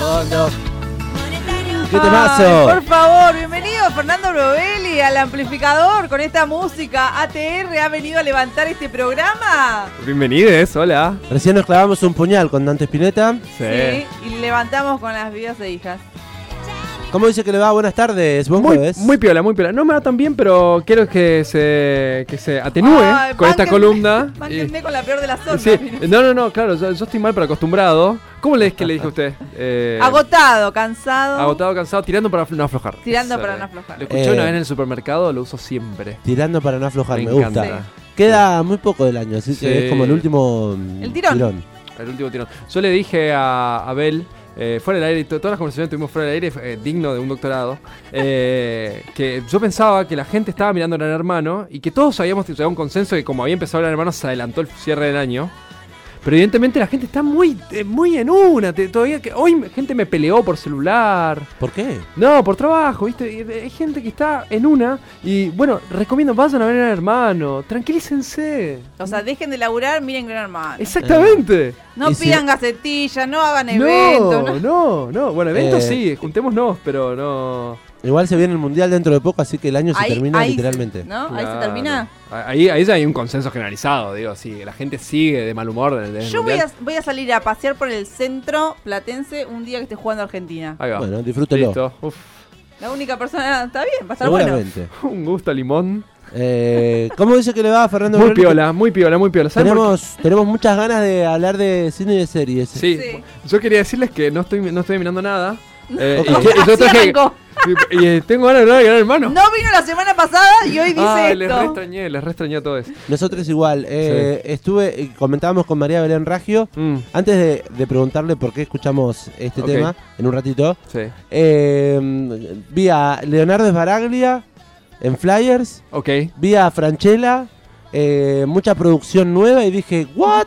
Hot dog. ¡Qué Ay, temazo! por favor, bienvenido Fernando Brovelli al amplificador con esta música. ATR ha venido a levantar este programa. Bienvenides, hola. Recién nos clavamos un puñal con Dante Spinetta. Sí. Y levantamos con las vidas de hijas. ¿Cómo dice que le va? Buenas tardes. ¿Vos Muy, jueves? muy piola, muy piola. No me va tan bien, pero quiero que se, que se atenúe Ay, con esta bánquenme- columna. Y- Bánquenme con la peor de las ondas. sí. mira. No, no, no, claro, yo, yo estoy mal, pero acostumbrado. ¿Cómo le, que le dije a usted? Eh, Agotado, cansado. agotado, cansado, tirando para no aflojar. Tirando Eso, para eh. no aflojar. Lo escuché Eh. una vez en el supermercado, lo uso siempre. Tirando para no aflojar, me, Me gusta. encanta. Queda muy poco del año, así Sí. que es como el último mm, El tirón. El último tirón. Yo le dije a Abel, eh, fuera del aire, to- todas las conversaciones que tuvimos fuera del aire, eh, digno de un doctorado, eh, que yo pensaba que la gente estaba mirando Gran Hermano y que todos habíamos llegado a un consenso de que como había empezado Gran Hermano se adelantó el cierre del año. Pero evidentemente la gente está muy, eh, muy en una. te- todavía que hoy me- gente me peleó por celular. ¿Por qué? No, por trabajo, ¿viste? Y eh, Hay gente que está en una. Y bueno, recomiendo, vayan a ver Gran Hermano. Tranquilícense. O sea, dejen de laburar, miren Gran Hermano. Exactamente. No Y si- pidan gacetillas, no hagan eventos. No, no- no, no. Bueno, eventos Eh, sí, juntémonos, pero no. Igual se viene el mundial dentro de poco, así que el año se Ahí- termina ahí se- literalmente. ¿No? Ahí se Claro. termina. Ahí, ahí ya hay un consenso generalizado, digo, sí. La gente sigue de mal humor. desde el Yo voy mundial. a, voy a salir a pasear por el centro platense un día que esté jugando Argentina. Ahí va. Bueno, disfrútelo. Listo. Uf, La única persona. Está bien, va a estar bueno. Seguramente. un gusto a limón. Eh, ¿Cómo dice que le va a Fernando Muy Brovelli? piola, muy piola, muy piola. ¿Saben por qué? Tenemos, tenemos muchas ganas de hablar de cine y de series. Sí. Sí. Yo quería decirles que no estoy, no estoy mirando nada. eh, Ok. y que- y yo Así traje- arrancó. y, y, eh, tengo ganas de hablar de Gran hermano. No vino la semana pasada y hoy dice ah, les re esto. extrañé, les re extrañé a todos. Nosotros igual. eh, Estuve, eh, comentábamos con María Belén Raggio, Mm, antes de, de preguntarle por qué escuchamos este Ok. tema en un ratito, sí. eh, vi a Leonardo Sbaraglia en Flyers, Ok. vi a Franchella, eh, mucha producción nueva y dije, ¿what?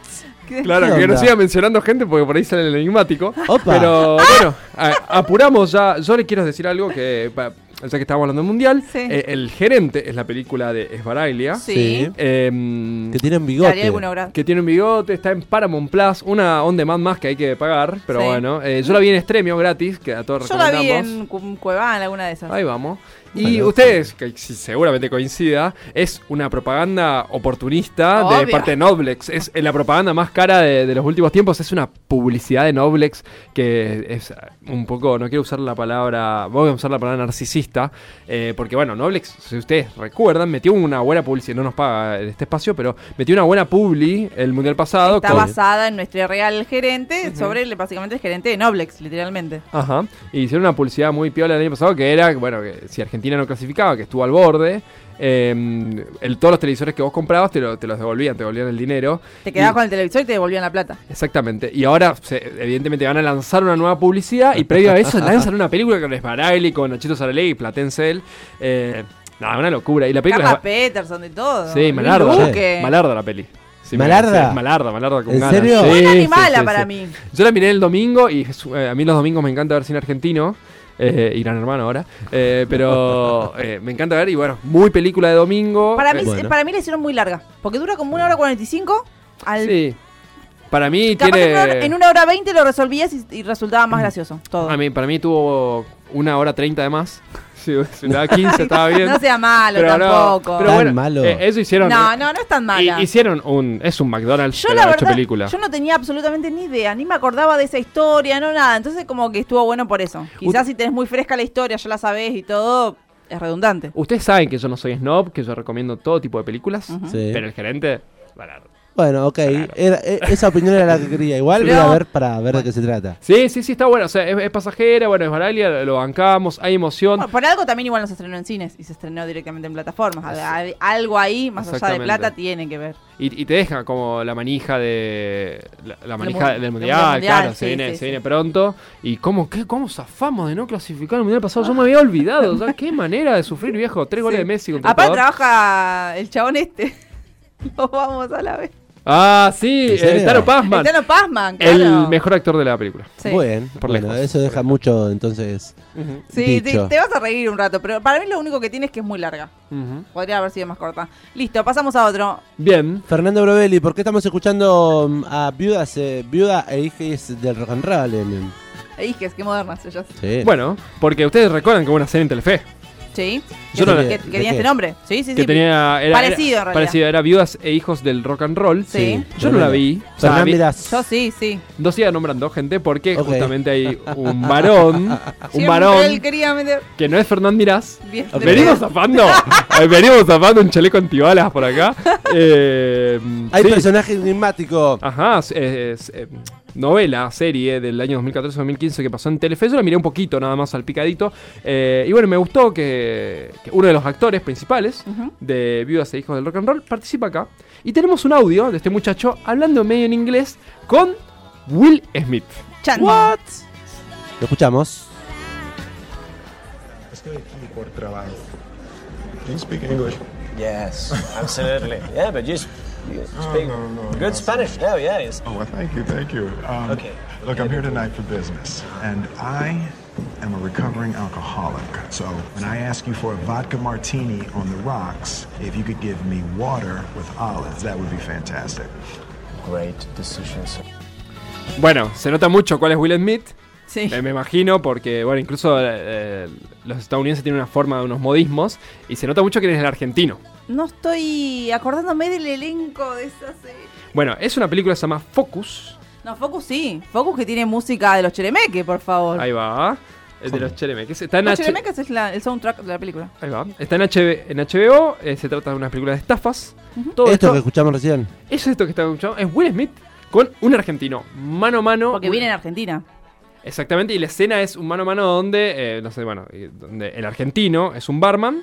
¿Qué? Claro, ¿Qué que no onda? siga mencionando gente porque por ahí sale el enigmático. Opa. Pero bueno, a- apuramos ya. Yo le quiero decir algo que, pa- ya que estábamos hablando del mundial, Sí. eh, El Gerente es la película de Esbaraglia. Sí. Sí. em, Que tienen bigote. Daría alguna hora. que tiene un bigote, está en Paramount Plus, una on demand más que hay que pagar, pero Sí. bueno, eh, yo la vi en Estremio gratis, que a todos Yo la vi recomendamos. en Cu- Cuevana, alguna de esas. Ahí vamos. Y Bueno. ustedes, que si seguramente coincida, es una propaganda oportunista de Obvio. parte de Noblex. Es eh, la propaganda más cara de, de los últimos tiempos. Es una publicidad de Noblex que es eh, un poco, no quiero usar la palabra, voy a usar la palabra narcisista, eh, porque bueno, Noblex, si ustedes recuerdan, metió una buena publicidad, no nos paga este espacio, pero metió una buena publi el Mundial pasado. Está con- basada en nuestro real gerente, sobre el- básicamente el gerente de Noblex, literalmente. Ajá. Y hicieron una publicidad muy piola el año pasado que era, bueno, que si Argentina no clasificaba, que estuvo al borde, eh, el, todos los televisores que vos comprabas te, lo- te los devolvían, te devolvían el dinero. Te quedabas Y- con el televisor y te devolvían la plata. Exactamente. Y ahora, se- evidentemente, van a lanzar una nueva publicidad y previo a eso lanzan una película con Esbaragli, con Nachito Saralegui, Platense. él. Eh, nada, una locura. Y la película... Carla es- Peterson, de todo. Sí, Luis malarda. Luque. Malarda la peli. Sí, me- ¿Malarda? sí, malarda, malarda con ¿En ganas. serio? Sí, Buena sí, ni mala sí, para sí. mí. Yo la miré el domingo y es- eh, a mí los domingos me encanta ver cine argentino. Eh, y gran hermano ahora. eh, pero eh, me encanta ver y bueno, muy película de domingo. Para Eh, mí, Bueno. para mí la hicieron muy larga. Porque dura como una hora 45. Al, Sí. Para mí capaz que en una hora- tiene... Mm. en una hora 20 lo resolvías y, y resultaba más gracioso. Todo. a mí, para mí tuvo una hora treinta de más. Si si daba 15 estaba bien. No sea malo pero no, tampoco. pero Tan bueno, malo. eh, eso hicieron. no, no, no es tan hi- mala. hicieron un... Es un McDonald's, yo pero la hecho verdad, película. yo no tenía absolutamente ni idea, ni me acordaba de esa historia, no nada. Entonces como que estuvo bueno por eso. Quizás si tenés muy fresca la historia, ya la sabés y todo, es redundante. Ustedes saben que yo no soy snob, que yo recomiendo todo tipo de películas. Sí. Pero el gerente... Malarda. Bueno, ok. Era- e- esa opinión era la que quería. Igual voy a Pero- ver para ver de qué se trata. Sí, sí, sí, está bueno. O sea, es, es pasajera, bueno, es Baraglia, lo bancamos, hay emoción. Bueno, por algo también igual no se estrenó en cines y se estrenó directamente en plataformas. A- a- Algo ahí, más allá de Ah, Exactamente. plata, tiene que ver. Y, y te deja como la manija de. La, la manija mu- del del mundial, mundial, claro, sí, se, viene, sí, se sí. viene pronto. ¿Y cómo, qué, cómo zafamos de no clasificar el mundial pasado? Yo me había olvidado. O sea, qué manera de sufrir, viejo. Tres goles Sí. de Messi contra Aparte Ecuador. trabaja el chabón este. Nos vamos a la vez. Ah, sí, ¿En eh, serio? Taro Pazman. Está no pasman, El claro. mejor actor de la película. Sí. Muy bien. Por bueno, lejos. eso deja mucho entonces. Sí, te, dicho. te vas a reír un rato, pero para mí lo único que tiene es que es muy larga. Ujú. Podría haber sido más corta. Listo, pasamos a otro. Bien. Fernando Brovelli, ¿por qué estamos escuchando mm, a viudas, eh, viuda e hijas del rock and roll? em? Isques, qué modernas ellas. Sí. Bueno, porque ustedes recuerdan que hubo una serie en Telefe. Sí. Yo que, no la- que- que ¿de tenía qué? este nombre. Sí, sí, que sí. tenía era, Parecido, en era, realidad. parecido, era viudas e hijos del rock and roll. Sí. Yo no la vi. O sea, Fernán vi- Miras. Yo sí, sí. No siga nombrando gente porque Ok. justamente hay un varón, un Siempre Él varón quería meter. que no es Fernán Mirás. Bien, de- Venimos zapando, eh, venimos zapando un chaleco antibalas por acá. Eh, Hay sí. personajes enigmáticos. Ajá, es- es- eh, novela, serie del año 2014-2015 que pasó en Telefe. Yo la miré un poquito, nada más al picadito. Eh, y bueno, me gustó que, que uno de los actores principales Ujú. de Viudas e Hijos del Rock and Roll participa acá. Y tenemos un audio de este muchacho hablando medio en inglés con Will Smith. Chan. Lo escuchamos. Estoy aquí por trabajo. Do you speak English? Yes, absolutely. Yeah, but you sp- you speak no, no, good no. Spanish. No, yeah, it's Oh, well, thank you, thank you. Um, Okay. Look, I'm here tonight for business, and I am a recovering alcoholic. So when I ask you for a vodka martini on the rocks, if you could give me water with olives, that would be fantastic. great decisions. Bueno, se nota mucho cuál es Will Smith. Sí. Eh, me imagino, porque, bueno, incluso eh, los estadounidenses tienen una forma de unos modismos. Y se nota mucho que es el argentino. No estoy acordándome del elenco de esa serie. Bueno, es una película que se llama Focus. No, Focus sí. Focus que tiene música de los Cheremeque, por favor. Ahí va. El de los Cheremeques. Está en, Los H- Cheremeques es la- el soundtrack de la película. Ahí va. Está en, HB en HBO. eh, se trata de una película de estafas. Todo Esto esto, que escuchamos recién. es esto que está escuchando. Es Will Smith con un argentino. Mano a mano. Porque Un- viene en Argentina. Exactamente. Y la escena es un mano a mano donde. eh, no sé, bueno. eh, Donde el argentino es un barman.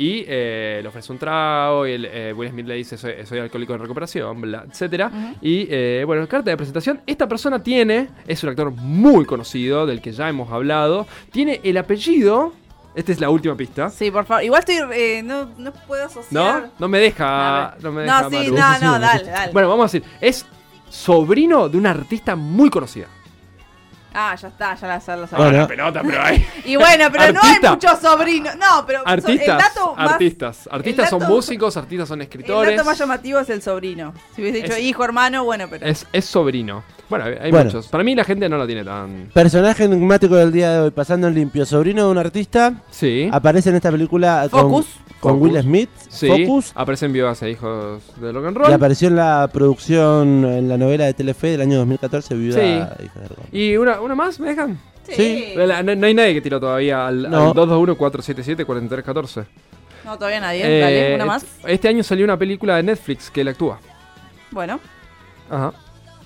Y eh, le ofrece un trago. Y el, eh, Will Smith le dice: Soy, soy alcohólico en recuperación. Bla, etcétera. Y eh, bueno, carta de presentación. Esta persona tiene. Es un actor muy conocido. Del que ya hemos hablado. Tiene el apellido. Esta es la última pista. Sí, por favor. Igual estoy. eh, no, no puedo asociar. ¿No? No me deja. Dame. No, me No, deja. sí, Maru. no, Sí, sí, no, sí, dale, sí. dale. Bueno, vamos a decir, es sobrino de una artista muy conocida. Ah, ya está, ya la, ya la sabemos. Bueno, Ah, Pelota, pero hay. Y bueno, pero no Artista. hay muchos sobrinos. No, pero so- el Artistas, dato más, artistas, artistas el son dato- músicos, artistas son El escritores. dato más llamativo es el sobrino. Si hubiese dicho Es- hijo, hermano, bueno, pero. Es, es sobrino. Bueno, hay, hay Bueno. muchos. Para mí la gente no lo tiene tan. personaje enigmático del día de hoy, pasando en limpio. Sobrino de un artista. Sí. Aparece en esta película con, Focus. con Focus. Will Smith. sí. Focus. Aparecen viudas e hijos de rock and Y roll. apareció en la producción, en la novela de Telefe del año 2014, Viuda Sí. Hija de Argón. Y una, una más, ¿me dejan? sí. La- No, no hay nadie que tiró todavía al, No. al 221-477-4314. No, todavía nadie. Eh, Dale, una más. Este año salió una película de Netflix que él actúa. Bueno. Ajá.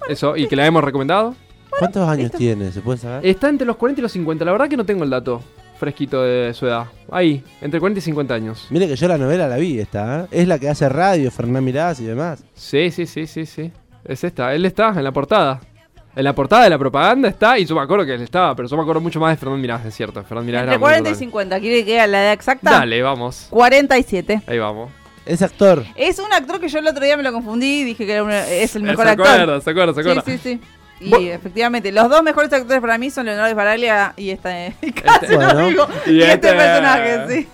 Eso, y que la hemos recomendado. ¿Cuántos años listo. tiene? ¿Se puede saber? Está entre los 40 y los 50. La verdad que no tengo el dato fresquito de su edad. Ahí, entre 40 y 50 años. Mire que yo la novela la vi esta, ¿eh? Es la que hace radio, Fernán Mirás y demás. Sí, sí, sí, sí, sí. Es esta. Él está en la portada. En la portada de la propaganda está, y yo me acuerdo que él estaba, pero yo me acuerdo mucho más de Fernán Mirás, es cierto. Fernán Mirás Entre era muy 40 y brutal. 50. ¿Quiere que a la edad exacta? Dale, vamos. 47. Ahí vamos. Es actor. Es un actor que yo el otro día me lo confundí y dije que era una- es el mejor se actor. acuerda, se acuerda, se acuerda. Sí, sí, sí. Y Vos- efectivamente, los dos mejores actores para mí son Leonardo Sbaraglia y esta y casi lo Bueno. digo, Este, Y y este, este- personaje, sí.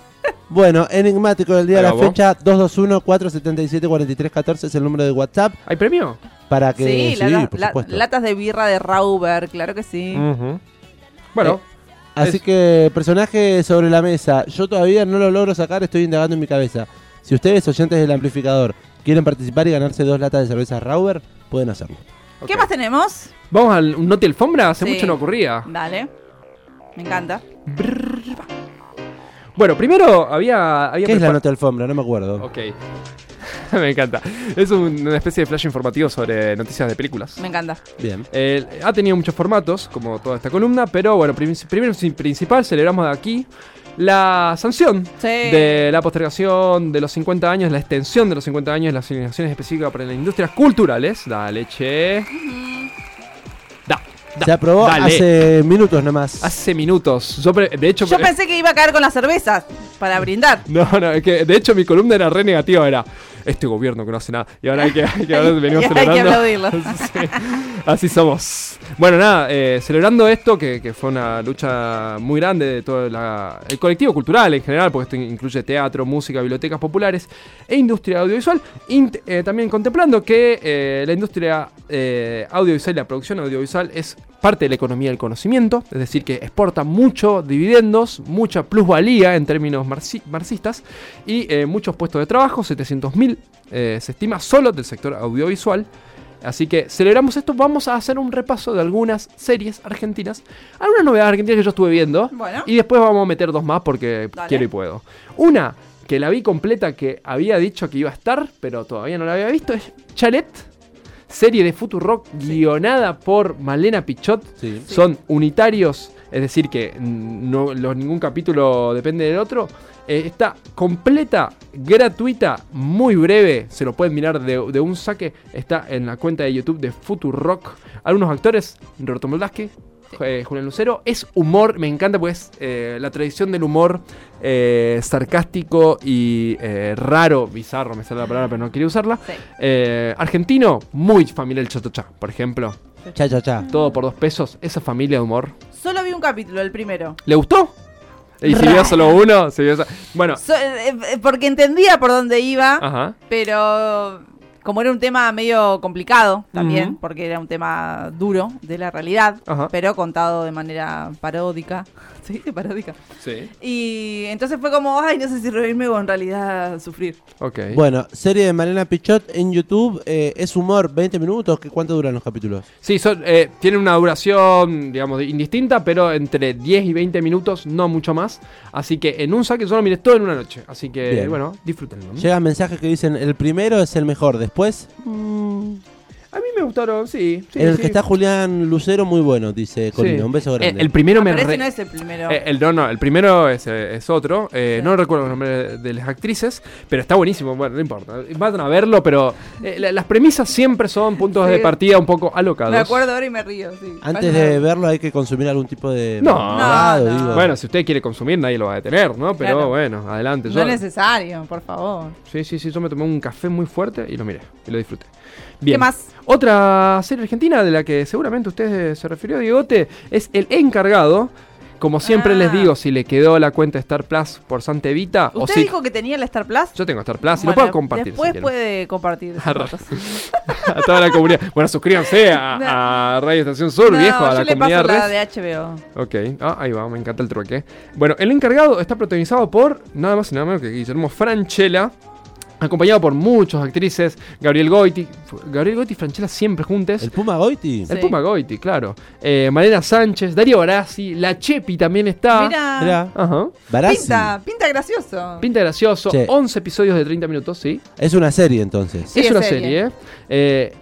Bueno, enigmático del día de Ahí la va vos. fecha, 221-477-4314 es el número de WhatsApp ¿Hay premio? para que... Sí, Sí, la- la- por la- supuesto. latas de birra de Rauber, claro que sí. Ujú. Bueno, Así es- que, personaje sobre la mesa. Yo todavía no lo logro sacar, estoy indagando en mi cabeza. Si ustedes, oyentes del amplificador, quieren participar y ganarse dos latas de cerveza Rauber, pueden hacerlo. ok. ¿Qué más tenemos? Vamos al un Noti Alfombra, hace Sí. mucho no ocurría. Dale. Me encanta. Bueno, primero había. había ¿Qué es la prepar- nota alfombra? No me acuerdo. Ok. Me encanta. Es un- una especie de flash informativo sobre noticias de películas. Me encanta. Bien. Eh, ha tenido muchos formatos, como toda esta columna, pero bueno, prim- primero y principal, celebramos de aquí la sanción Sí. de la postergación de los 50 años, la extensión de los 50 años, las asignaciones específicas para las industrias culturales. Dale, che. Da, da, Se aprobó dale. hace minutos nomás. Hace minutos. Yo pre- de hecho, eh, Yo pre- pensé que iba a caer con las cervezas para brindar. No, no, es que de hecho mi columna era re negativa, era. este gobierno que no hace nada. Y ahora hay que, hay que hablar- venimos Y hay que celebrando. aplaudirlo. Sí, así somos. Bueno, nada, eh, celebrando esto, que, que fue una lucha muy grande de todo la- el colectivo cultural en general, porque esto incluye teatro, música, bibliotecas populares e industria audiovisual. Int- eh, también contemplando que eh, la industria eh, audiovisual, la producción audiovisual es parte de la economía del conocimiento, es decir, que exporta mucho dividendos, mucha plusvalía en términos marxi- marxistas y eh, muchos puestos de trabajo, 700.000 eh, se estima solo del sector audiovisual. Así que celebramos esto, vamos a hacer un repaso de algunas series argentinas, algunas novedades argentinas que yo estuve viendo Bueno. y después vamos a meter dos más porque Dale. quiero y puedo. Una que la vi completa que había dicho que iba a estar, pero todavía no la había visto, es Chalet, serie de Futurock guionada por Malena Pichot Sí. son unitarios, es decir, que mm, no, los- ningún capítulo depende del otro. Eh, está completa, gratuita, muy breve, se lo pueden mirar de, de un saque. Está en la cuenta de YouTube de Futurock. Algunos actores, Roberto Moldaski, eh, Julián Lucero. Es humor, me encanta porque es eh, la tradición del humor eh, sarcástico y eh, raro, bizarro, me sale la palabra, pero no quería usarla. Sí. Eh, argentino, muy familiar el Chotochá, por ejemplo. Cha, cha, cha. Todo por dos pesos, esa familia de humor. Solo vi un capítulo, el primero. ¿Le gustó? Y si vio solo uno, si vio so- Bueno, So- eh, eh, porque entendía por dónde iba, ajá. pero como era un tema medio complicado también, Ujú. porque era un tema duro de la realidad, Ajá. pero contado de manera paródica. Sí, paródica. Sí. Y entonces fue como, ay, no sé si reírme o en realidad sufrir. Ok. Bueno, serie de Mariana Pichot en YouTube. eh, es humor, 20 minutos. ¿qué- ¿Cuánto duran los capítulos? Sí, son, eh, tienen una duración, digamos, de- indistinta, pero entre 10 y 20 minutos, no mucho más. Así que en un saque solo mires todo en una noche. Así que, Bien. bueno, disfrútenlo. ¿no? Llegan mensajes que dicen: el primero es el mejor. Después, A mí me gustaron, sí. sí, en el sí. que está Julián Lucero, muy bueno, dice Sí. Corino. Un beso grande. Eh, el primero Ah, me pero re- ese no es el primero. Eh, el, no, no, el primero es, eh, es otro. eh, Sí. No recuerdo el nombre de las actrices, pero está buenísimo. Bueno, no importa. Van a verlo, pero eh, la- las premisas siempre son puntos Sí. de partida un poco alocados. me acuerdo ahora y me río, sí. Antes de verlo, hay que consumir algún tipo de. No. mercado, No, no. digo. Bueno, si usted quiere consumir, nadie lo va a detener, ¿no? Pero Claro. bueno, adelante. No Yo, es necesario, por favor. sí, sí, sí. Yo me tomé un café muy fuerte y lo miré y lo disfruté. Bien. más? Otra serie argentina de la que seguramente usted se refirió, Diegote, es El Encargado. Como siempre Ah. les digo, si le quedó la cuenta de Star Plus por Santa Evita o ¿Usted si dijo que tenía la Star Plus? Yo tengo Star Plus y lo Bueno, puedo compartir. Después si quieren. puede compartir. sus Arre. fotos. A toda la comunidad. Bueno, suscríbanse a, a Radio Estación Sur, No, viejo, a yo la le comunidad paso la Res. de HBO. Ok, ah, ahí va, me encanta el trueque. Bueno, el encargado está protagonizado por nada más y nada menos que Guillermo Franchella. Acompañado por muchas actrices, Gabriel Goiti. Gabriel Goiti y Franchella siempre juntes. ¿El Puma Goiti? El Sí. Puma Goiti, claro. Eh, Malena Sánchez, Darío Barassi, La Chepi también está. Mira, Mirá. Ajá. Barassi. pinta, pinta gracioso. Pinta gracioso. Che. 11 episodios de 30 minutos, sí. Es una serie entonces. Sí, es es una serie. serie. ¿eh?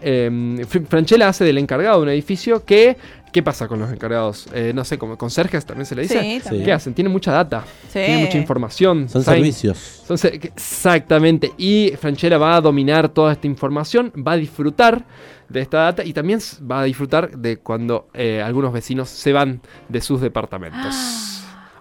Eh, em, Fr- Franchella hace del encargado de un edificio que. ¿Qué pasa con los encargados? Eh, no sé, como conserjes también se le dice. Sí, también. ¿Qué hacen? Tienen mucha data, Sí. tienen mucha información. Son saben- servicios. son ser- que- exactamente. Y Franchella va a dominar toda esta información, va a disfrutar de esta data y también s- va a disfrutar de cuando eh, algunos vecinos se van de sus departamentos.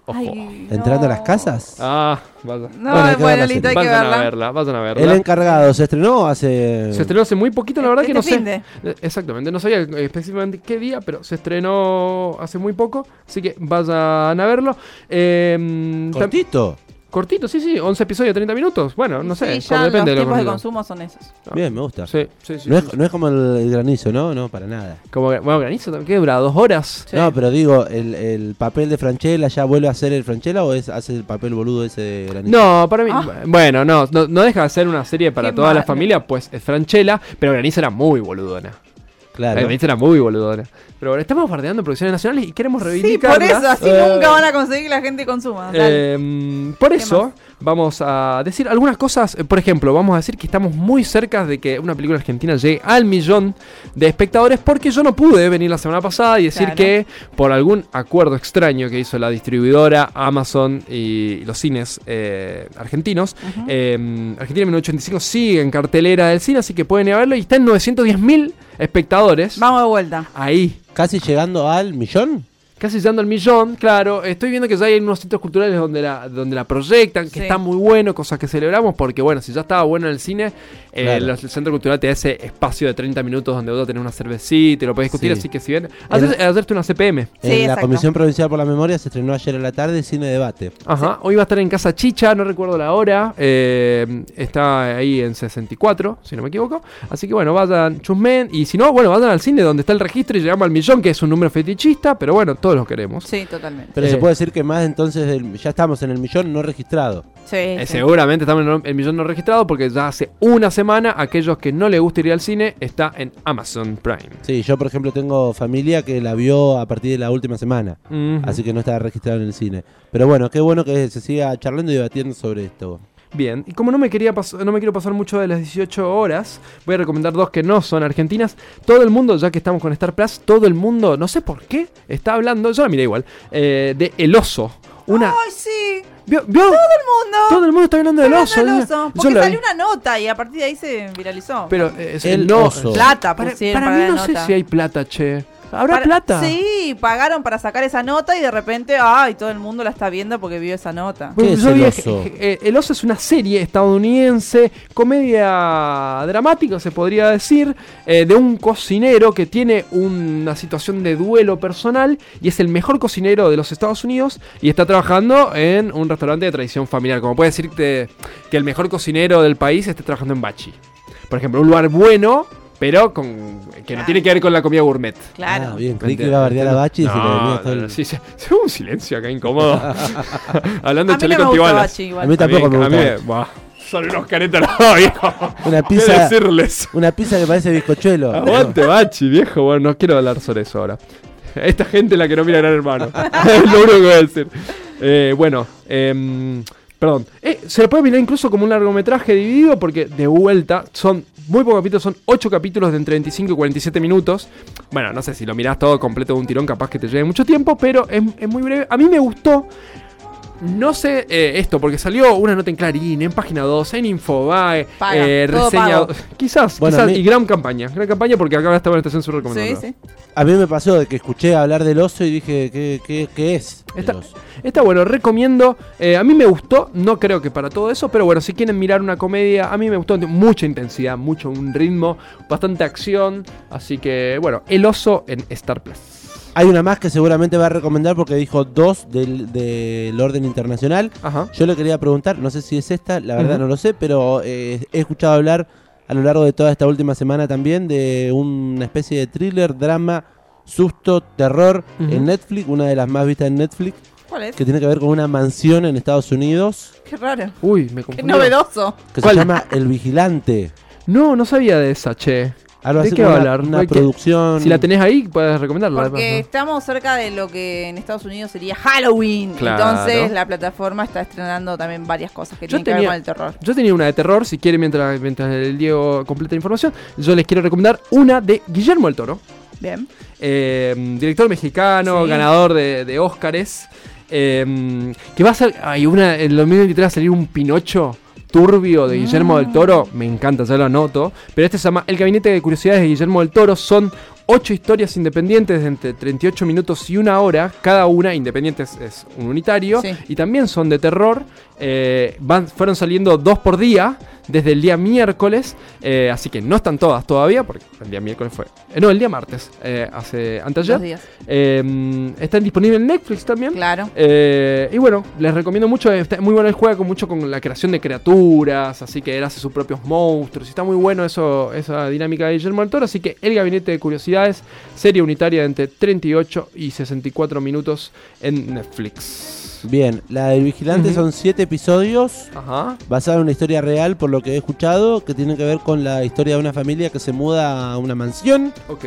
Ojo. Ah. Ay, ¿Entrando a no. las casas? Ah, vaya. No, Bueno, hay bueno, que verla, listo, hay que vayan a verla. verla, vayan a verla. El encargado se estrenó hace. Se estrenó hace muy poquito, la verdad que Este no fin sé. Eh, Exactamente, no sabía eh, específicamente qué día, pero se estrenó hace muy poco, así que vayan a verlo. Eh, tam- Cortito. cortito, sí, sí, 11 episodios, 30 minutos. Bueno, no sé, Sí, como ya depende los de lo tiempos de que- consumo son esos. Bien, me gusta. Ah. Sí, sí, sí. No sí, es, no es como el, el granizo, ¿no? No, para nada. sí. Como, bueno, granizo también, que dura dos horas. Sí. No, pero digo, el, el papel de Franchella ya vuelve a ser el Franchella o es, hace el papel boludo ese de granizo. No, para mí. Ah. Bueno, no, no, no deja de ser una serie para Qué toda la mal. familia, pues es Franchella, pero Granizo era muy boludona. claro. Granizo era muy boludona. Pero bueno, estamos bardeando producciones nacionales y queremos Sí, reivindicar. por eso, así Eh. nunca van a conseguir que la gente consuma. Dale. Eh, por eso vamos a decir algunas cosas. Eh, Por ejemplo, vamos a decir que estamos muy cerca de que una película argentina llegue al millón de espectadores porque yo no pude venir la semana pasada y decir Claro. que por algún acuerdo extraño que hizo la distribuidora Amazon y los cines eh, argentinos, eh, Argentina 1985 sigue en cartelera del cine, así que pueden ir a verlo y está en 910 mil espectadores. Vamos de vuelta. Ahí. Casi llegando al millón. Casi llegando al millón, claro. Estoy viendo que ya hay unos sitios culturales donde la, donde la proyectan, que Sí. está muy bueno, cosas que celebramos, porque bueno, si ya estaba bueno en el cine, eh, Claro. los- el centro cultural te da ese espacio de 30 minutos donde vos tenés una cervecita y lo podés discutir, Sí. así que si bien. Ayer, ayer tuve una CPM. Sí, en la exacto. Comisión Provincial por la Memoria se estrenó ayer a la tarde Cine Debate. Ajá, hoy va a estar en Casa Chicha, no recuerdo la hora. eh, está ahí en 64, si no me equivoco. Así que bueno, vayan, chusmen. Y si no, bueno, vayan al cine donde está el registro y llegamos al millón, que es un número fetichista, pero bueno, todos lo queremos. Sí, totalmente. Pero Sí. se puede decir que más entonces del- ya estamos en el millón no registrado. Sí, Eh, sí. seguramente estamos en el millón no registrado porque ya hace una semana aquellos que no les gusta ir al cine está en Amazon Prime. Sí, yo por ejemplo tengo familia que la vio a partir de la última semana, Ujú. así que no está registrado en el cine. Pero bueno, qué bueno que se siga charlando y debatiendo sobre esto. Bien, y como no me, quería pas- no me quiero pasar mucho de las 18 horas, voy a recomendar dos que no son argentinas. Todo el mundo, ya que estamos con Star Plus, todo el mundo, no sé por qué, está hablando, yo la miré igual, eh, de El Oso. Una, Ay, sí. ¿Vio? vio? Todo el mundo. Todo el mundo está hablando del Hablando Oso. del yo- oso, yo Porque la vi. salió una nota y a partir de ahí se viralizó. Pero eh, es El el no, Oso. Plata Para, pusieron para para mí la no sé nota. si hay plata, che. ¿Habrá Para- plata? Sí, pagaron para sacar esa nota y de repente, ay, todo el mundo la está viendo porque vio esa nota. ¿Qué es yo El vi- Oso? eh, El Oso es una serie estadounidense, comedia dramática se podría decir, eh, de un cocinero que tiene una situación de duelo personal y es el mejor cocinero de los Estados Unidos y está trabajando en un restaurante de tradición familiar. Como puede decirte que el mejor cocinero del país esté trabajando en Bachi. Por ejemplo, un lugar bueno, pero con, que no tiene que ver con la comida gourmet. Claro. Ah, bien, creí que iba a bardear a Bachi y se le No, venía todo no, el- no, sí, sí. Hubo un silencio acá incómodo. Hablando A de mí no chaleco me gusta antibalas. Bachi igual. A mí tampoco A me mí- a mí gusta. me- buah, Son unos caretas los viejo. Una ¿Qué pizza, decirles? una pizza que parece bizcochuelo. Aguante, Bachi, viejo. Bueno, no quiero hablar sobre eso ahora. Esta gente es la que no mira a Gran Hermano. es lo único que voy a decir. Eh, bueno, em, perdón. Eh, se lo puede mirar incluso como un largometraje dividido porque, de vuelta, son muy pocos capítulos. Son 8 capítulos de entre 25 y 47 minutos. Bueno, no sé si lo mirás todo completo de un tirón, capaz que te lleve mucho tiempo, pero es, es muy breve. A mí me gustó. No sé eh, esto, porque salió una nota en Clarín, en Página 2, en Infobae, Paga, eh, todo reseña... pago. Quizás, Bueno, quizás, a mí- y gran campaña, gran campaña porque acá estaba en Estación Sur Sí, recomendando. sí. A mí me pasó de que escuché hablar del oso y dije, ¿qué, qué, qué es? el Está, oso? está bueno, recomiendo. Eh, a mí me gustó, no creo que para todo eso, pero bueno, si quieren mirar una comedia, a mí me gustó. tiene Mucha intensidad, mucho un ritmo, bastante acción. Así que, bueno, El Oso en Star Plus. Hay una más que seguramente va a recomendar porque dijo dos del, del orden internacional. Ajá. Yo le quería preguntar, no sé si es esta, la verdad Ujú. no lo sé, pero eh, he escuchado hablar a lo largo de toda esta última semana también de una especie de thriller, drama, susto, terror Ujú. en Netflix, una de las más vistas en Netflix, ¿Cuál es? que tiene que ver con una mansión en Estados Unidos Qué raro. Uy, me Qué confundí. novedoso. que ¿Cuál? se llama El Vigilante. No, no sabía de esa, che. Algo ¿De así qué como va a una, hablar? una Hay que- producción. Si la tenés ahí, puedes recomendarla. Porque estamos cerca de lo que en Estados Unidos sería Halloween. Claro. Entonces la plataforma está estrenando también varias cosas que Yo tienen que ver tenía- con el terror. Yo tenía una de terror, si quieren, mientras, mientras el Diego completa la información, yo les quiero recomendar una de Guillermo el Toro, Bien. eh, director mexicano, Sí. ganador de, de Óscares, eh, que va a ser, hay una, en 2023 va a salir un Pinocho turbio de Guillermo del Toro, Ah. me encanta, ya lo anoto, pero este se llama El Gabinete de Curiosidades de Guillermo del Toro, son... Ocho historias independientes de entre 38 minutos y una hora. Cada una independiente es, es un unitario. Sí. Y también son de terror. eh, van, fueron saliendo dos por día desde el día miércoles. eh, así que no están todas todavía, porque el día miércoles fue. eh, no, el día martes, eh, hace, anteayer. Dos días. Eh, están disponibles en Netflix también. Claro. Eh, y bueno, les recomiendo mucho. Está muy bueno el juego, mucho con la creación de criaturas. Así que él hace sus propios monstruos. y Está muy bueno eso, esa dinámica de Guillermo del Toro. Así que El Gabinete de Curiosidades, serie unitaria de entre 38 y 64 minutos en Netflix. Bien, la del Vigilante Ujú. son siete episodios Ajá. basada en una historia real, por lo que he escuchado, que tiene que ver con la historia de una familia que se muda a una mansión Ok.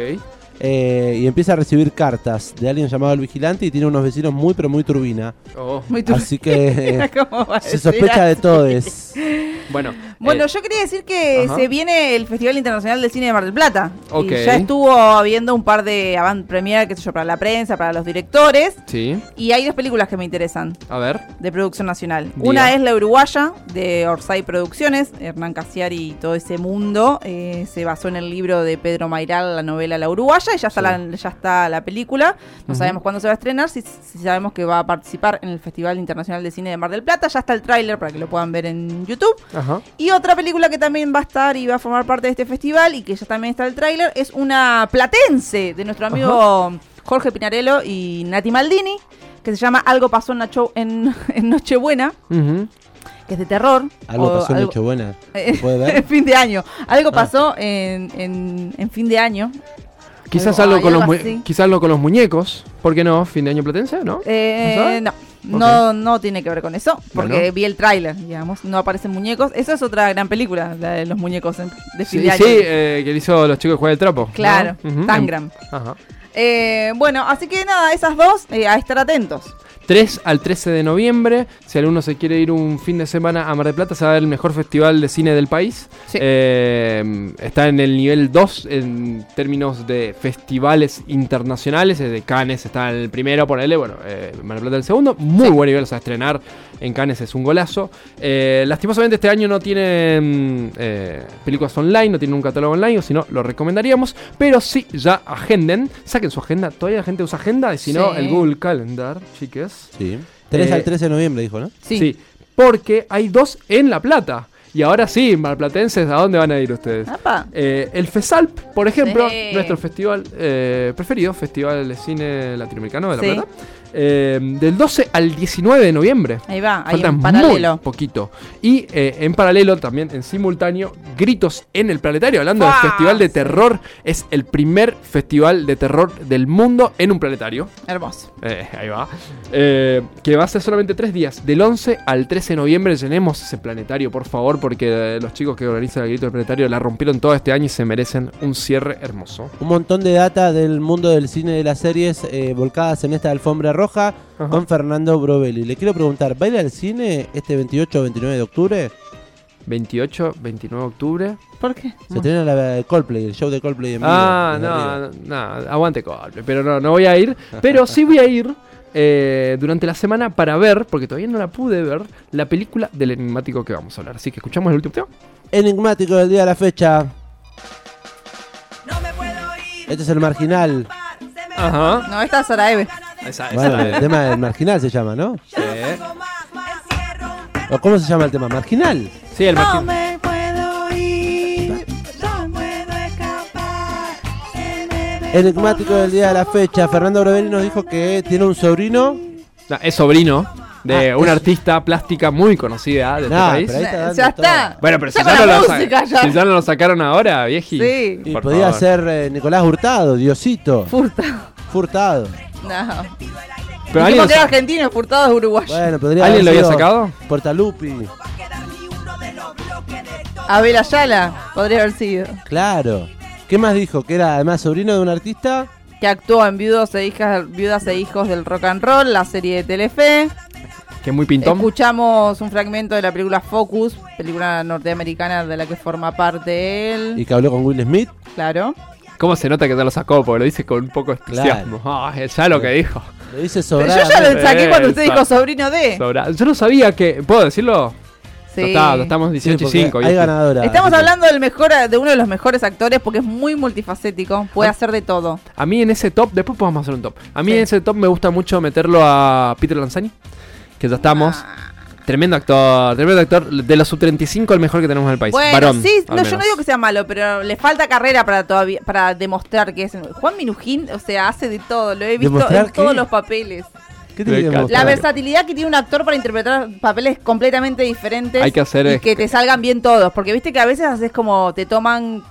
eh, y empieza a recibir cartas de alguien llamado el vigilante y tiene unos vecinos muy pero muy turbina. Oh, Muy turbio. Así que eh, ¿Cómo va a se decir sospecha de así? todes. Bueno. Bueno, eh, yo quería decir que Ajá. se viene el Festival Internacional de Cine de Mar del Plata. Ok. Y ya estuvo habiendo un par de avant premier, qué sé yo, para la prensa, para los directores. Sí. Y hay dos películas que me interesan A ver. de producción nacional. Diga. Una es La Uruguaya, de Orsay Producciones. Hernán Casiari y todo ese mundo eh, se basó en el libro de Pedro Mairal, la novela La Uruguaya. pantalla y ya está, la, ya está la película. No sabemos cuándo se va a estrenar, si, si sabemos que va a participar en el Festival Internacional de Cine de Mar del Plata. Ya está el tráiler para que lo puedan ver en YouTube. Ajá. Y otra película que también va a estar y va a formar parte de este festival y que ya también está el tráiler es una platense de nuestro amigo Jorge Pinarello y Nati Maldini que se llama Algo pasó en, Nacho- en- en Nochebuena, Ujú. que es de terror. Algo O pasó en algo- Nochebuena. Eh, ¿Puede ver? fin de año. Algo Ah. pasó en, en- en fin de año. Quizás Algo- algo, con algo los mu- así. quizás algo con los muñecos. ¿Por qué no? Fin de año platense, ¿no? Eh, ¿No sabe? no, no, no tiene que ver con eso, porque Bueno. vi el tráiler, digamos, no aparecen muñecos. Esa es otra gran película, la de los muñecos en- de fin Sí, de año. sí, eh, que le hizo los chicos de Juega del Trapo. ¿no? Claro, Ujú. tan Em- gran. Ajá. Eh, bueno, así que nada, esas dos, eh, a estar atentos. 3 al 13 de noviembre. Si alguno se quiere ir un fin de semana a Mar del Plata, se va a ver el mejor festival de cine del país. Sí. Eh, está en el nivel 2 en términos de festivales internacionales. eh, De Cannes está el primero, ponele. Bueno, eh, Mar del Plata el segundo. Muy buen nivel. O sea, estrenar en Cannes es un golazo. Eh, lastimosamente este año no tiene mm, eh, películas online, no tiene un catálogo online, o si no, lo recomendaríamos. Pero sí, ya agenden. Saquen su agenda. Todavía la gente usa agenda. Y si no, Sí. el Google Calendar, chiques. Sí. 3 Eh, al 13 de noviembre, dijo, ¿no? Sí. Porque hay dos en La Plata. Y ahora sí, marplatenses, ¿a dónde van a ir ustedes? Apa. Eh, el FESALP, por ejemplo, Ah. Sí. nuestro festival eh, preferido, Festival de Cine Latinoamericano de La Sí. Plata, eh, del 12 al 19 de noviembre. Ahí va, ahí Falta en muy paralelo. poquito. Y eh, en paralelo, también en simultáneo, Gritos en el Planetario. Hablando ¡Fua! del Festival de Sí. Terror, es el primer festival de terror del mundo en un planetario. Hermoso. Eh, ahí va. Eh, que va a ser solamente tres días. Del 11 al 13 de noviembre llenemos ese planetario, por favor, porque eh, los chicos que organizan el grito del planetario la rompieron todo este año y se merecen un cierre hermoso. Un montón de data del mundo del cine y de las series eh, volcadas en esta alfombra roja Ajá. con Fernando Brovelli. Le quiero preguntar, ¿va a ir al cine este 28 o 29 de octubre? 28, 29 de octubre. ¿Por qué? Se estrena la Coldplay, el show de Coldplay en vivo. Ah, desde arriba. no, no, aguante Coldplay, pero no, no voy a ir. Pero sí voy a ir eh, durante la semana para ver, porque todavía no la pude ver, la película del enigmático que vamos a hablar. Así que escuchamos el último tema. Enigmático del día de la fecha. No me puedo ir. Este es el marginal. Ajá. No, esta es Sara Eve. Esa, Bueno, el tema del marginal se llama, ¿no? ¿O cómo se llama el tema? Marginal. Sí, el No Martín. me puedo ir. No puedo escapar. Se me ven Enigmático por del día de la los fecha. ojos. Fernando Brovelli nos dijo que tiene un sobrino. No, es sobrino de Ah, una es- artista plástica muy conocida de este Nah, país. pero ahí está Ya dando está. todo. Bueno, pero si Saca ya, no la lo sa- música ya. si ya no lo sacaron ahora, vieji. Sí. Y por podía favor. ser eh, Nicolás Hurtado, Diosito, Furtado. Furtado. No. Pero Dijimos alguien, que era argentino, Furtado es uruguayo. Bueno, podría ¿Alguien haber lo había sido sacado? Portalupi, Abel Ayala podría haber sido. claro. ¿Qué más dijo? Que era además sobrino de un artista. Que actuó en Viudos e hijas, Viudas e Hijos del Rock and Roll, la serie de Telefe. que es muy pintón. Escuchamos un fragmento de la película Focus, película norteamericana de la que forma parte él. Y que habló con Will Smith. Claro. ¿Cómo se nota que ya lo sacó? Porque lo dice con un poco de Claro. entusiasmo. Ah, ya lo que dijo. Lo dice Pero sobrado. yo ya lo saqué cuando usted Esa. dijo sobrino de. Sobra- Yo no sabía que. ¿Puedo decirlo? Sí. Ya está, ya estamos 18 y 5. Hay ganadora. Estamos Así que- hablando del mejor, de uno de los mejores actores porque es muy multifacético, Ah. puede hacer de todo. A mí en ese top, después podemos hacer un top. A mí Sí. en ese top me gusta mucho meterlo a Peter Lanzani, que ya estamos. Ah. Tremendo actor, tremendo actor. De los sub-35, el mejor que tenemos en el país. Bueno, Varón, sí, al no, yo no menos. digo que sea malo, pero le falta carrera para todavía para demostrar que es Juan Minujín, o sea, hace de todo, lo he visto ¿Demostrar en todos qué? los papeles. ¿Qué tiene que La La demostrar? Claro. versatilidad que tiene un actor para interpretar papeles completamente diferentes Hay que hacer y es- que te salgan bien todos, porque viste que a veces haces como te toman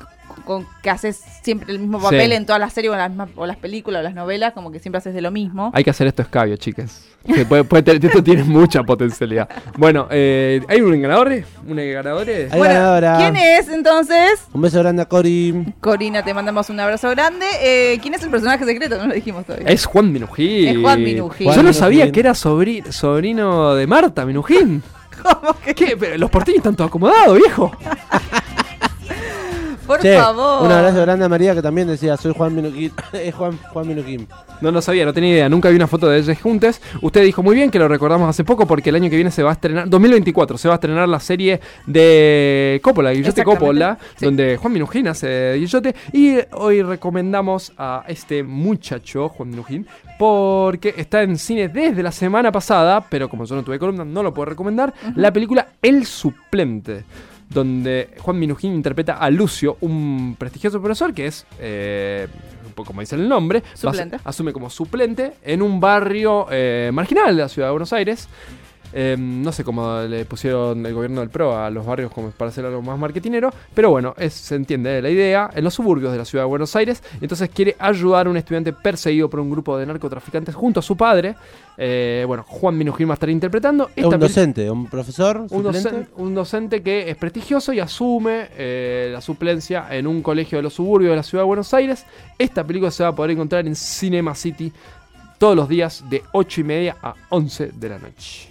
con que haces siempre el mismo papel Sí. en todas las series o en las, mismas- o las películas o las novelas, como que siempre haces de lo mismo. Hay que hacer esto escabio, chicas. Que puede- puede tener- esto tiene mucha potencialidad. Bueno, eh, ¿hay un ganador? ¿Un ganador? Hay ganadora. ¿quién es entonces? Un beso grande a Cori. Corina, te mandamos un abrazo grande. Eh, ¿Quién es el personaje secreto? No lo dijimos todavía. Es Juan Minujín. Es Juan Minujín. Yo Juan no Minujín. sabía que era sobri- sobrino de Marta Minujín. ¿Cómo que? Los porteños están todos acomodados, viejo. Por Che, favor. Un abrazo grande a María que también decía, soy Juan Minuquín. es Juan, Juan Minuquín. No lo sabía, no tenía idea. Nunca vi una foto de ellos juntos. Usted dijo muy bien que lo recordamos hace poco porque el año que viene se va a estrenar, 2024, se va a estrenar la serie de Coppola, Guillote Exactamente, Coppola, sí. donde Juan Minujín hace de Guillote. Y hoy recomendamos a este muchacho, Juan Minujín, porque está en cine desde la semana pasada, pero como yo no tuve columna, no lo puedo recomendar, la película El Suplente. Donde Juan Minujín interpreta a Lucio, un prestigioso profesor que es, eh, como dice el nombre, va a ser- Suplente. asume como suplente en un barrio eh, marginal de la ciudad de Buenos Aires. Eh, no sé cómo le pusieron el gobierno del PRO a los barrios como para hacer algo más marketinero, pero bueno, es- se entiende la idea, en los suburbios de la ciudad de Buenos Aires, entonces quiere ayudar a un estudiante perseguido por un grupo de narcotraficantes junto a su padre. Eh, bueno, Juan Minujín va a estar interpretando. Es Esta un peli- docente, un profesor, un suplente. docente, un docente que es prestigioso y asume eh, la suplencia en un colegio de los suburbios de la ciudad de Buenos Aires. Esta película se va a poder encontrar en Cinema City todos los días de 8 y media a 11 de la noche.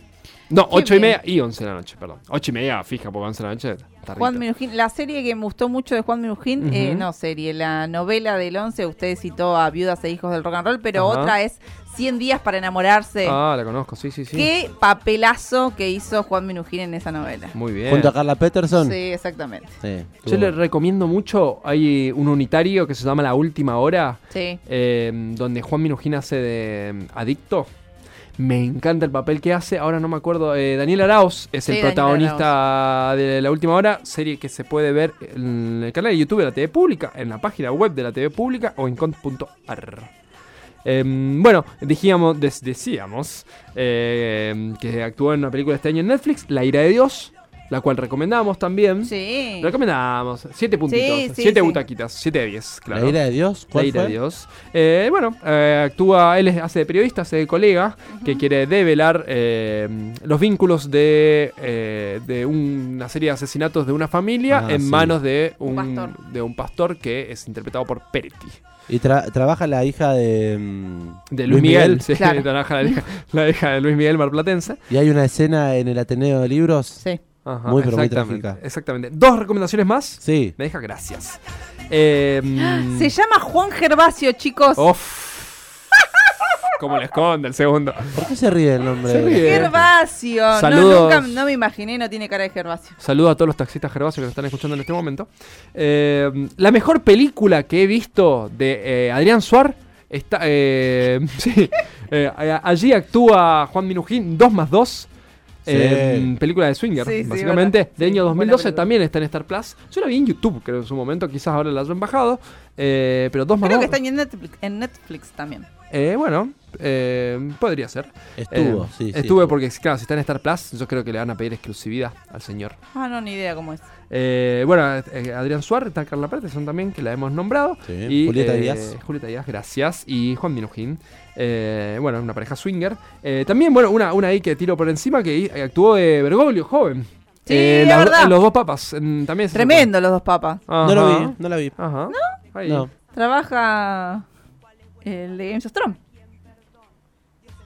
No, 8 y bien. media y 11 de la noche, perdón. 8 y media fija, porque 11 de la noche está Juan rica. Minujín, la serie que me gustó mucho de Juan Minujín, eh, Ujú. no serie, la novela del 11, usted citó a Viudas e Hijos del Rock and Roll, pero Ajá. otra es 100 días para enamorarse. Ah, la conozco, sí, sí, sí. Qué papelazo que hizo Juan Minujín en esa novela. Muy bien. Junto a Carla Peterson. Sí, exactamente. Sí, Yo estuvo- le recomiendo mucho, hay un unitario que se llama La Última Hora. Sí. eh, donde Juan Minujín hace de mm, adicto. Me encanta el papel que hace. Ahora no me acuerdo. eh, Daniel Arauz es Sí, el Daniel protagonista de La Última Hora, serie que se puede ver en el canal de YouTube de la TV Pública, en la página web de la TV Pública o en cont.ar. Em, bueno, decíamos, des- decíamos em, que actuó en una película este año en Netflix, La Ira de Dios, la cual recomendamos también. Sí. Recomendamos, siete puntitos, sí, siete sí. butaquitas, siete de diez, claro. La ira de Dios. La ¿cuál ira fue? de Dios. Eh, bueno, eh, actúa, él es- hace de periodista, hace de colega, que quiere develar eh, los vínculos de, eh, de un- una serie de asesinatos de una familia Ah, en sí. manos de Un un, pastor. de un pastor que es interpretado por Peretti. Y tra- trabaja la hija de. mm, De Luis, Miguel, sí, Claro. trabaja la, hija, la hija de Luis Miguel Marplatense. Y hay una escena en el Ateneo de Libros. Sí. Ajá, Muy, pero muy exactamente, trágica. Exactamente. Dos recomendaciones más. Sí. Me deja gracias. Eh, Se llama Juan Gervasio, chicos. Uf. Como le esconde el segundo. ¿Por qué se ríe el nombre? Se ríe. Gervasio. No, Saludos. nunca- no me imaginé, no tiene cara de Gervasio. Saludo a todos los taxistas gervasios que nos están escuchando en este momento. Eh, la mejor película que he visto de eh, Adrián Suar está. eh, sí, eh, a- allí actúa Juan Minujín, 2 más 2. Sí. película de Swinger, Sí, sí, básicamente, verdad. del Sí, año buena 2012 película. también está en Star Plus. Yo la vi en YouTube, creo, en su momento, quizás ahora la hayan bajado. eh, pero 2 más Creo 2. que está en Netflix, en Netflix también. eh, bueno, eh, podría ser. Estuvo, Eh, sí, sí. Estuve estuvo. porque, claro, si está en Star Plus, yo creo que le van a pedir exclusividad al señor. Ah, no, ni idea cómo es. Eh, bueno, eh, Adrián Suárez, está Carla Pérez, son también que la hemos nombrado. Sí, Y, Julieta eh, Díaz. Julieta Díaz, gracias. Y Juan Minujín. Eh, bueno, una pareja swinger. Eh, también, bueno, una, una ahí que tiro por encima que eh, actuó de Bergoglio, joven. Sí, Eh, es las- verdad. Los dos papas. en- también se Tremendo los dos papas. sacó. No lo Ajá, vi, no la vi. Ajá. Ahí. No. Trabaja eh, el de Games of Thrones.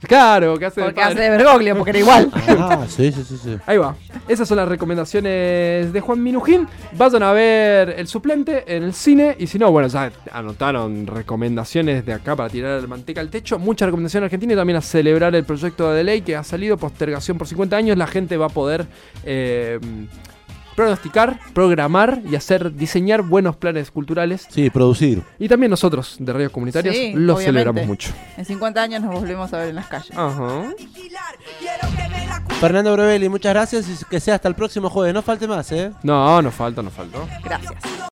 Claro, que hace de Porque padre. hace de Bergoglio, porque era igual. Ah, sí, sí, sí. sí. Ahí va. Esas son las recomendaciones de Juan Minujín. Vayan a ver el suplente en el cine. Y si no, bueno, ya anotaron recomendaciones de acá para tirar el manteca al techo. Mucha recomendación argentina y también a celebrar el proyecto de ley que ha salido, postergación por 50 años. La gente va a poder. eh, pronosticar, programar y hacer diseñar buenos planes culturales Sí, producir. y también nosotros de redes comunitarias Sí, lo obviamente. celebramos mucho. Ah. En 50 años nos volvemos a ver en las calles. Ajá. Fernando Brevelli, muchas gracias y que sea hasta el próximo jueves. No falte más, ¿eh? No, no falta, no falta. Gracias.